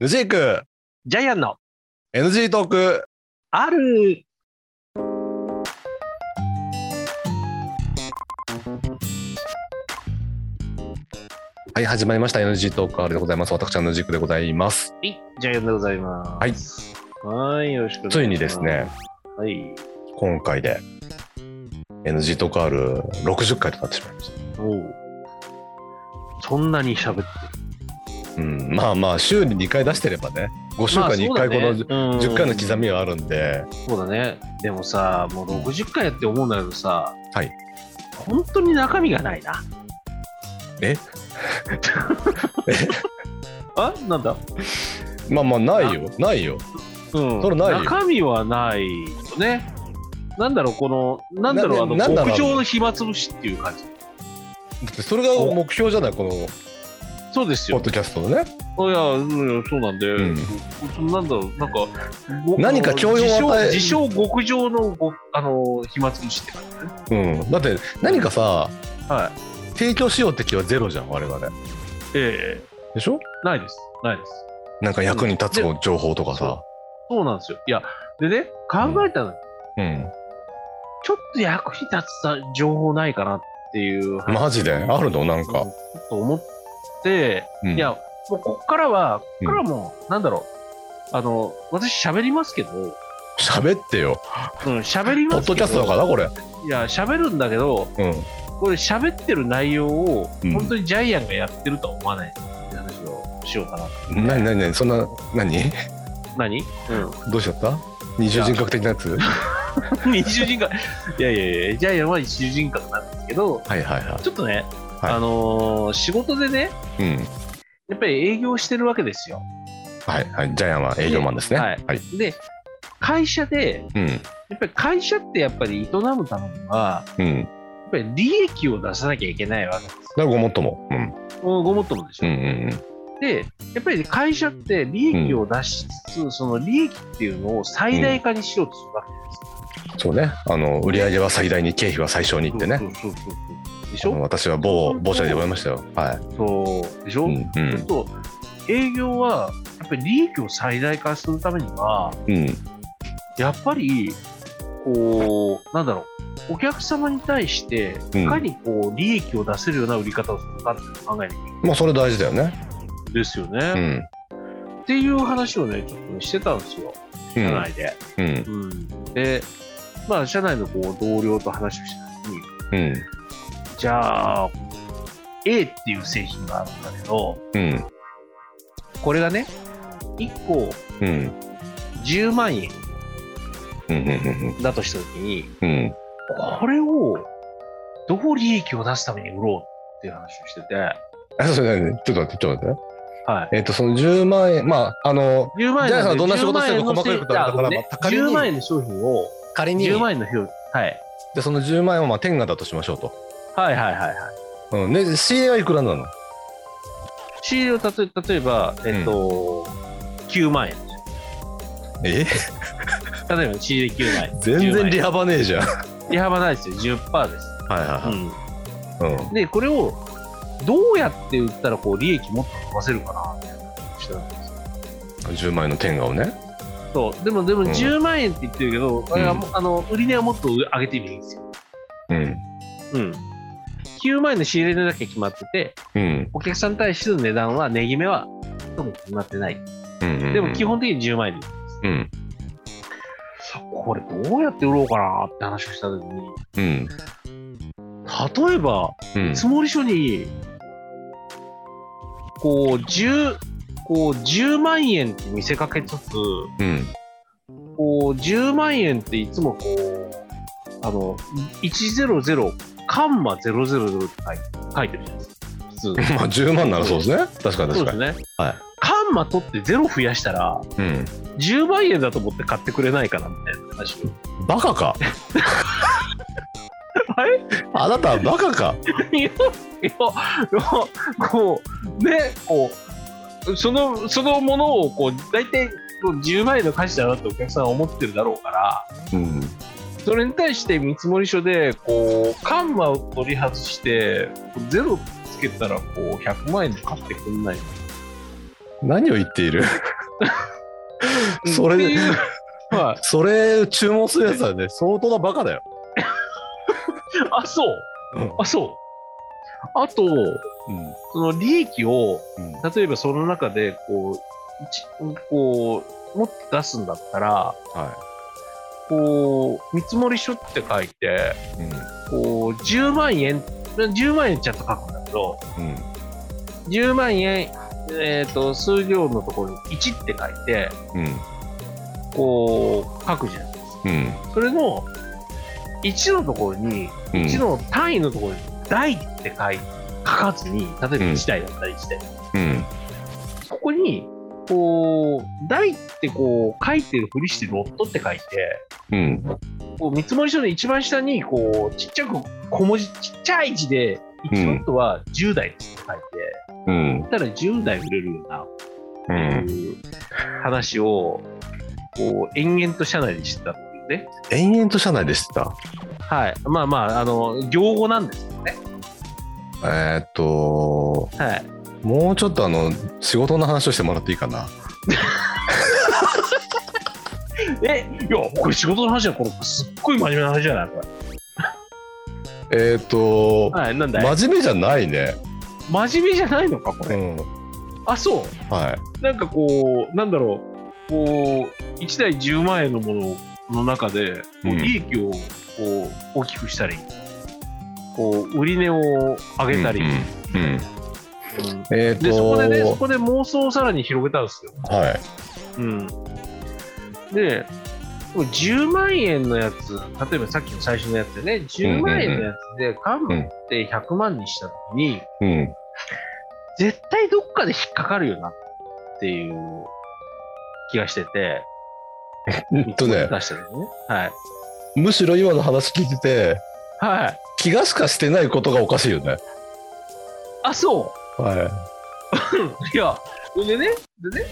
ヌジークジャイアンの NG トークあるはい始まりました NG トーク R でございます私はヌジークでございますはいジャイアンでございますはいはいよろしくお願いしますついにですねはい今回で NG トーク R60 回となってしまいましおうそんなに喋ってたうんまあまあ週に2回出してればね5週まあ間に1回このそ10うだね回のうん刻みはあるんでそうだねでもさもう60回やって思うんだけどさはい本当に中身がないな えあなんだまあまあないよないようんそれないよ中身はないねなんだろうこのなんだろうあのなななんだろう極上の暇つぶしっていう感じだってそれが目標じゃないこのそうですよポッドキャストのねいや、うん、そうなんで、うんそのなんだろう、なんか、何か教養をを与え自称、自称極上のご、あの、暇つぶしって感じね。うんだって何かさはい。提供しようって気はゼロじゃん我々ええでしょないです。ないです。なんか役に立つ情報とかさそうなんですよ。いや、でね、考えたの、うんちょっと役に立つさ情報ないかなっていう話マジであるのなんちょか、っと思って、うんいや、もうこっからは、こっからはもう、なんだろう、あの、私喋りますけど、うん、喋ってよ喋りポまッすドけど、キャストだからこれいや、喋るんだけど、うんこれ喋ってる内容をうん本当にジャイアンがやってるとは思わないって話をしようかな。何何何そんな何 何？うん。どうしちゃった二重人格的なやつは 二重人格。いやいやいや、ジャイアンは一重人格なんですけど、いはいはちょっとね、はいあのー仕事でね、いうんやっぱり営業してるわけですよ。はいはいジャイアンは営業マンですねはいはいで、会社でうんやっぱり会社ってやっぱり営むためにはうんやっぱり利益を出さなきゃいけないわけです。だごもっともうんもうごもっともでしうょ。んうんでやっぱり会社って利益を出しつつ、その利益っていうのを最大化にしようとするわけです。うんそうねあの売り上げは最大に経費は最小にってねそうそうそうそうでしうんょ私は某某社で覚えましたよはそうでしいょ、そううんうするんと営業はやっぱり利益を最大化するためにはうんやっぱりこうなんだろうお客様に対してうんいかにこう利益を出せるような売り方をするかっていうのを考えていもうそれ大事だよねくんですようね、んっていう話をねちょっとねしてたんですよう社ん内で、うんうんでまあ社内のこう同僚と話をした時にうんじゃあ A っていう製品があるんだけどうんこれがね、1個うんうん10万円うんうんだとしたときに、うんこれをどう利益を出すために売ろうっていう話をしてて、あそうそうそうちょっと待って、ちょっと待って。はえっ、と、その10万円、まあ、あの、い。10万円ジャイアンさんでどんな仕事してるか10万円の細かいことは分からんせいまあ仮に10万円の商品を、仮10万円の商品、はい。で、その10万円をまあ天下だとしましょうはいはいはいはい。と。うん。で、CA はいくらなの仕入れをたと例えば、えっと、9万円。え例えば仕入れ9万円。全然利幅。幅ねえじゃん。はい利幅ないですよ。10%です。はういはい。うん。ん。で、これをどうやって売ったらこう利益もっと伸ばせるかなって話をしてたんですよ10万円の天下をね。そうでもでもうん10万円って言ってるけど、あれはもうあの売り値はもっと上げてみるんですよ、うん。うん、9万円の仕入れ値だけ決まっててうん。お客さんに対しての値段は値決めは特に決まってないうん、うん。でも基。本的に10万円で売ってますうん。これどうやって売ろうかなって話をした時にうん。例えばうん。積もり書にこう10こう10万円って見せかけつつうん。こう10万円っていつもこうあの100カンマ000って書いて書いてるじゃないですか普通まあ、10万ならそうですね。確かにそ確うでかすに。ねはカンマ取って0増やしたらい。うん。 10万円だと思って買ってくれないかなみたいな話をバカか。 あれいあなたはバカか。やいやこうねこうそのそのものをこう大体こう10万円の価値だなってお客さんは思ってるだろうからうん。それに対して見積書でこうカンマを取り外してゼロつけたらこう100万円で買ってくんない何を言ってい るそれって いうはい、それ注文するやつはね相当なバカだよ、あそううんあそうあとその利益をうん例えばその中でこうちこう持って出すんだったらはこう見積書って書いてい、うんこう10万円10万円ちゃんと書くんだけどうん10万円、えー、と数量のところに1って書いてうんこう書くじゃんうんそれの1のところにうん1の単位のところに台って書い書かずに例えばうん1台だったりして、うんそこにこう台ってこう書いてるふりしてロットって書いてうんこう見積書の一番下にこうちっちゃく小文字ちっちゃい字で1ロットは10台ですって書いて、うんそしたら10台売れるよなうっんていう話をこう延々と社内でしてたっていうね、延々と社内でしてたはい、まあまああの行語なんですよね、えーっとはい、もうちょっとあの仕事の話をしてもらっていいかなえいやこれ仕事の話だこれすっごい真面目な話じゃないこえーっと、れ、はい、なんだい、真面目じゃないね真面目じゃないのかこうれんあそうはいなんかこうなんだろうこう1台10万円のものの中でこううん利益をこう大きくしたり、こう売り値を上げたり、うんうんうんえーっとでそこでねそこで妄想をさらに広げたんですよはいうん、で、10万円のやつ、例えばさっきの最初のやつでね、10万円のやつで、頑張って100万にしたときに、うん絶対どっかで引っかかるよなっていう気がしてて、えっとね出してるのね。はい。むしろ今の話聞いててはい。気がしかしてないことがおかしいよねあ、そはう。いや、でね、でね、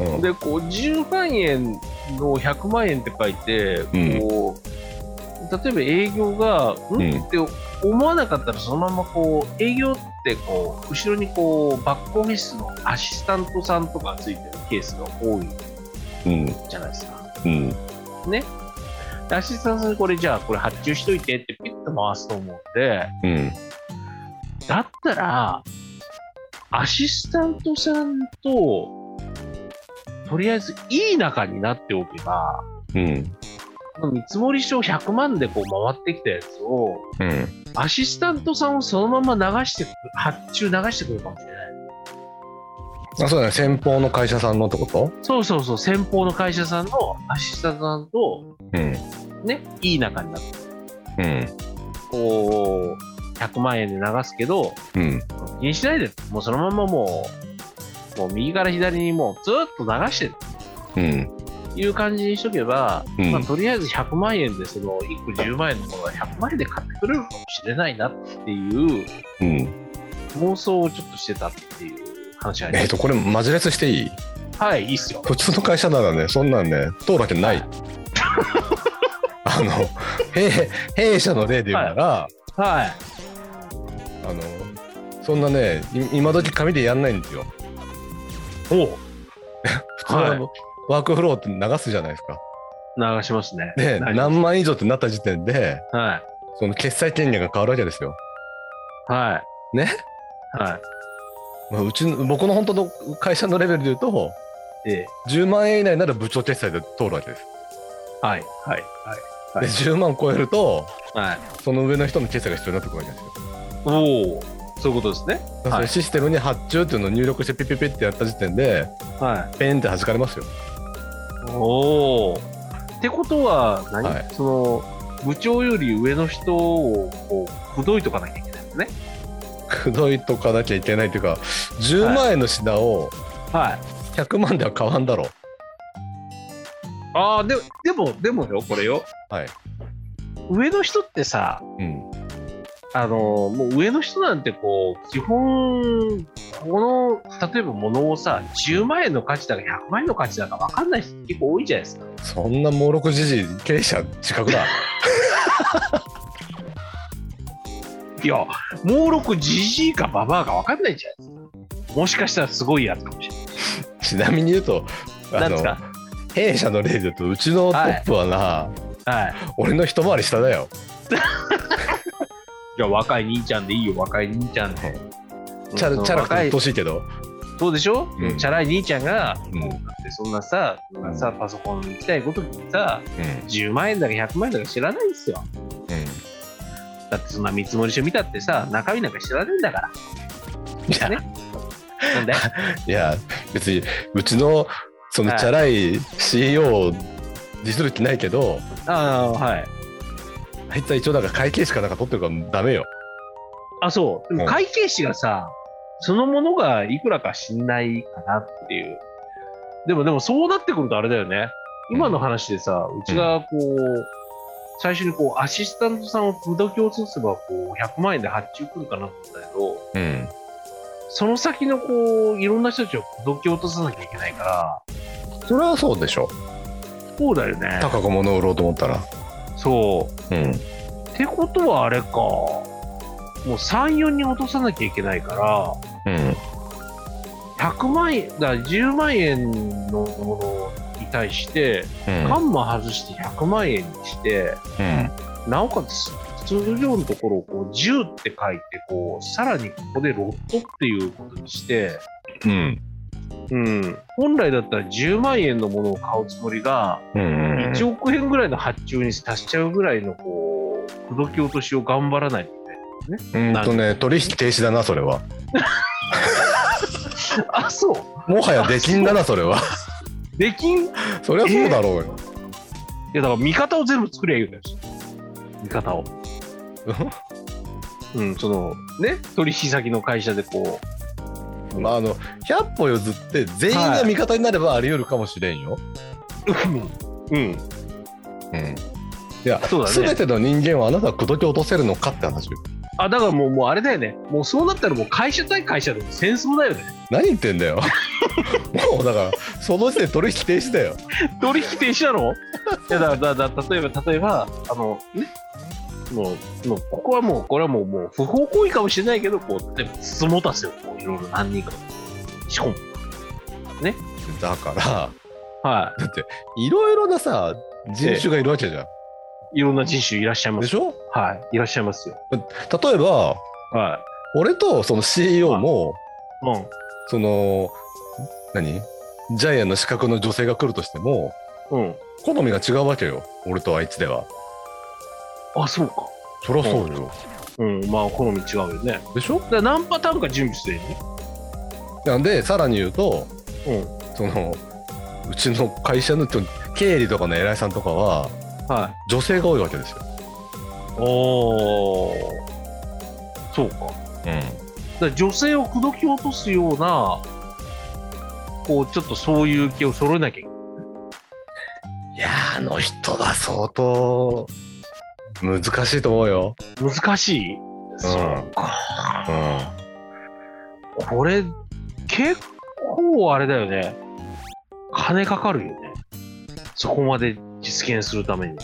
い、うん、で、こう、10万円の100万円って書いて、こう、例えば営業が、んうんって思わなかったらそのままこう営業ってこう後ろにこうバックオフィスのアシスタントさんとかついてるケースが多いうんじゃないですか。うんでアシスタントさんにこれじゃあこれ発注しといてってピッと回すと思うんでうんだったらアシスタントさんととりあえずいい仲になっておけばうんこの見積書100万でこう回ってきたやつをうんアシスタントさんをそのまま流してく発注流してくるかもしれない。あそうだね先方の会社さんのってことそうそうそう、先方の会社さんのアシスタントさんと、うんね、いい仲になって、うんこう、100万円で流すけど、うん気にしないで、もうそのままもう、もう右から左にもうずっと流してるうんっていう感じにしとけば、うんまあ、とりあえず100万円で、その1個10万円のものは100万円で買ってくれるかもしれないなっていううん妄想をちょっとしてたっていう話がありえまっす。とこれマジレスしていいはい、いいっすよ。普通の会社ならねそんなんね通るわけない あの弊弊社の例で言うなら、はい。あのそんなねい今時紙でやんないんですよお普通の、はいワークフローって流すじゃないですか流しますね。で流し何万以上ってなった時点ではその決済権限が変わるわけですよ、い。はい。ねはい。まあ、うちの僕の本当の会社のレベルで言うとええ、 10万円以内なら部長決済で通るわけですはい、はい、はいで10万超えるとはい。はい。その上の人の決済が必要になってくるわけですよおお、そういうことですね。だからそはのいシステムに発注っていうのを入力してピピピってやった時点ではペンって弾かれますよい。おお。ってことは何、はいその、部長より上の人を、こう、くどいとかなきゃいけないですね。くどいとかなきゃいけないというか10万円の品をはい。 100万では買わんだろうああ、でも、でも、でもよ、これよ。はい。上の人ってさ、うんあのもう上の人なんてこう基本この例えば物をさ10万円の価値だか100万円の価値だか分かんない人結構多いじゃないですかそんな猛録じじい経営者自覚 だいや、猛録じじいかババアか分かんないじゃないですか。もしかしたらすごいやつかもしれない。ちなみに言うと、なあんでのす、か弊社の例で言うと、うちのトップはな、はい。俺の一回り下だよ。じゃあ若い兄ちゃんでいいよ、若い兄ちゃんで。チャラ、チャラくて若うっいと、うしいけど。そうでしょ、うんチャラい兄ちゃんが、うんもうだってそんなさ、さ、パソコンに行きたいことにさ、うん。 10万円だか100万円だか知らないんですよ。うだってそんな見積もり書見たってさ、中身なんか知らないんだかん。いやね、ら。なんでいや別に、うちの、そのはいチャラい CEO をディスる気ないけど、あ あ、はい。あいつは一応なんか会計士かなんか取ってるからダメよ。あ、そう。でもうん会計士がさ、そのものがいくらか知んないかなっていう。でも、でもそうなってくるとあれだよね。今の話でさ、うちがこう、最初にこう、アシスタントさんを口説き落とせば、こう、100万円で発注来るかなと思ったけど、うん。その先のこう、いろんな人たちを口説き落とさなきゃいけないかそれはそうでしょ。ら、そうだよね。高く物を売ろうと思ったら。そう。うん。ってことはあれか、もう3、4人落とさなきゃいけないから、うん。 100万円、だから10万円のものに対して、うん。カンマ外して100万円にして、うん。ななおかつ通常のところをこう10って書いてこう、さらにここでロットっていうことにして、うん。うん、本来だったら10万円のものを買うつもりが、うん。うん。 1億円ぐらいの発注に達しちゃうぐらいのこう、口説き落としを頑張らないといけない。うんとね、取引停止だな、それは。あ、そう。もはや出禁だな、それ は。できんそりゃそうだろうよ。いやだから味方を全部作りゃいいんだよ。味方を。うん、その、ね、取引先の会社でこ まあ、あの、100歩譲って、全員が味方になればあり得るかもしれんよ。う、ううん、ん。いや、そうだすべ、ね。ての人間はあなたは口説き落とせるのかって話よ。あ、だからもう、もうあれだよね。もうそうなったらもう会社対会社でも戦争だよね。何言ってんだよ。 もうだから、その時点で取引停止だよ。 取引停止なのいや、だから、だから、例えば、例えば、あの、ね、もう、もうここはもう、これはもう、もう不法行為かもしれないけど、こう、例えば、つもたせをこう、いろいろ何人か、仕込む。だから、はだって、いろいろなさ、人種がいるわけじゃい。いろんな人種いらっしゃいん。ま。ですしょはい。いらっしゃいますよ。例えば、は俺とその CEO も、い。うん。その、何ジャイアンの資格の女性が来るとしても、うん。好みが違うわけよ俺とあいつではあ、そうか。そりゃそうよ、うん、まあ、好み違うよね。でしょだから何パターンか準備してるね。なんでさらに言うとうん。そのうちの会社のちょ経理とかの偉いさんとかははい。女性が多いわけですよ、おー。そうか。だかうん、ら女性を口説き落とすような、こう、ちょっとそういう気を揃えなきゃいけない。いやーあの人は相当難しいと思うよ、難しい、そうか。うこれ、結構あれだよね。金かかるよね。そこまで実現するために。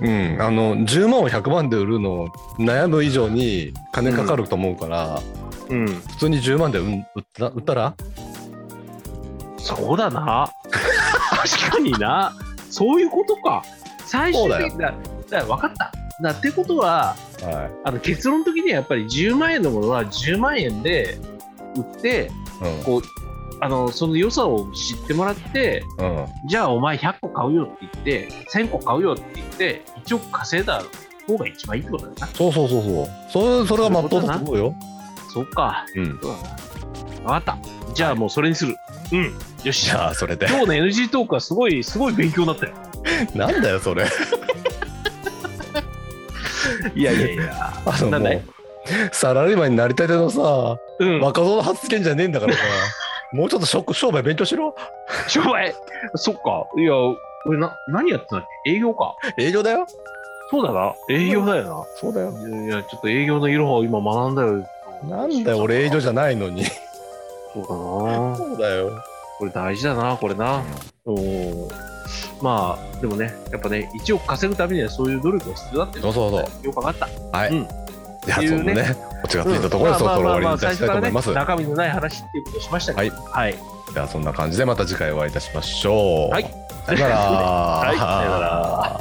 んうん、あの10万を100万で売るの悩む以上に金かかると思うから、うん。普通に10万でうん売った売ったらそうだな。 確かにな。そういうことか。最終的にだだから分かった。だってことははいあの結論的にはやっぱり10万円のものは10万円で売ってうんこうあのその良さを知ってもらってうんじゃあお前100個買うよって言って1000個買うよって言って1億稼いだ方が一番いいってことだな。そうそうそうそうそれそれはまっとうだと思うよそうか。うんそうだな。分かった。じゃあもうそれにする。うん。よし。じゃあそれ で今日の NG トークはすごいすごい勉強になったよ。なんだよそれいやいやいや。あのなんもだういサラリーマンになりたてのさうん。若造の発言じゃねえんだからさもうちょっと職商売勉強しろ商売そっか。いや、俺な、何やってたっけ営業か。営業だよそうだな。営業だよそうだよな。いや、いやちょっと営業のいろはを今学んだよ。なんだよ俺営業じゃないのにそうだな。そうだよこれ大事だな、これな。おお。まあ、でもね、やっぱね、1億稼ぐためにはそういう努力が必要だっていそうそうそうう。よくわかった。はい、うんじゃあってそいのうねねちがついたところでそろそろ終わりにいた最した初いとから思いねます。中身のない話っていうことをしましたけど、はい。ではそんな感じでまた次回お会いいたしましょう。 はいさよなら。はい。さよなら。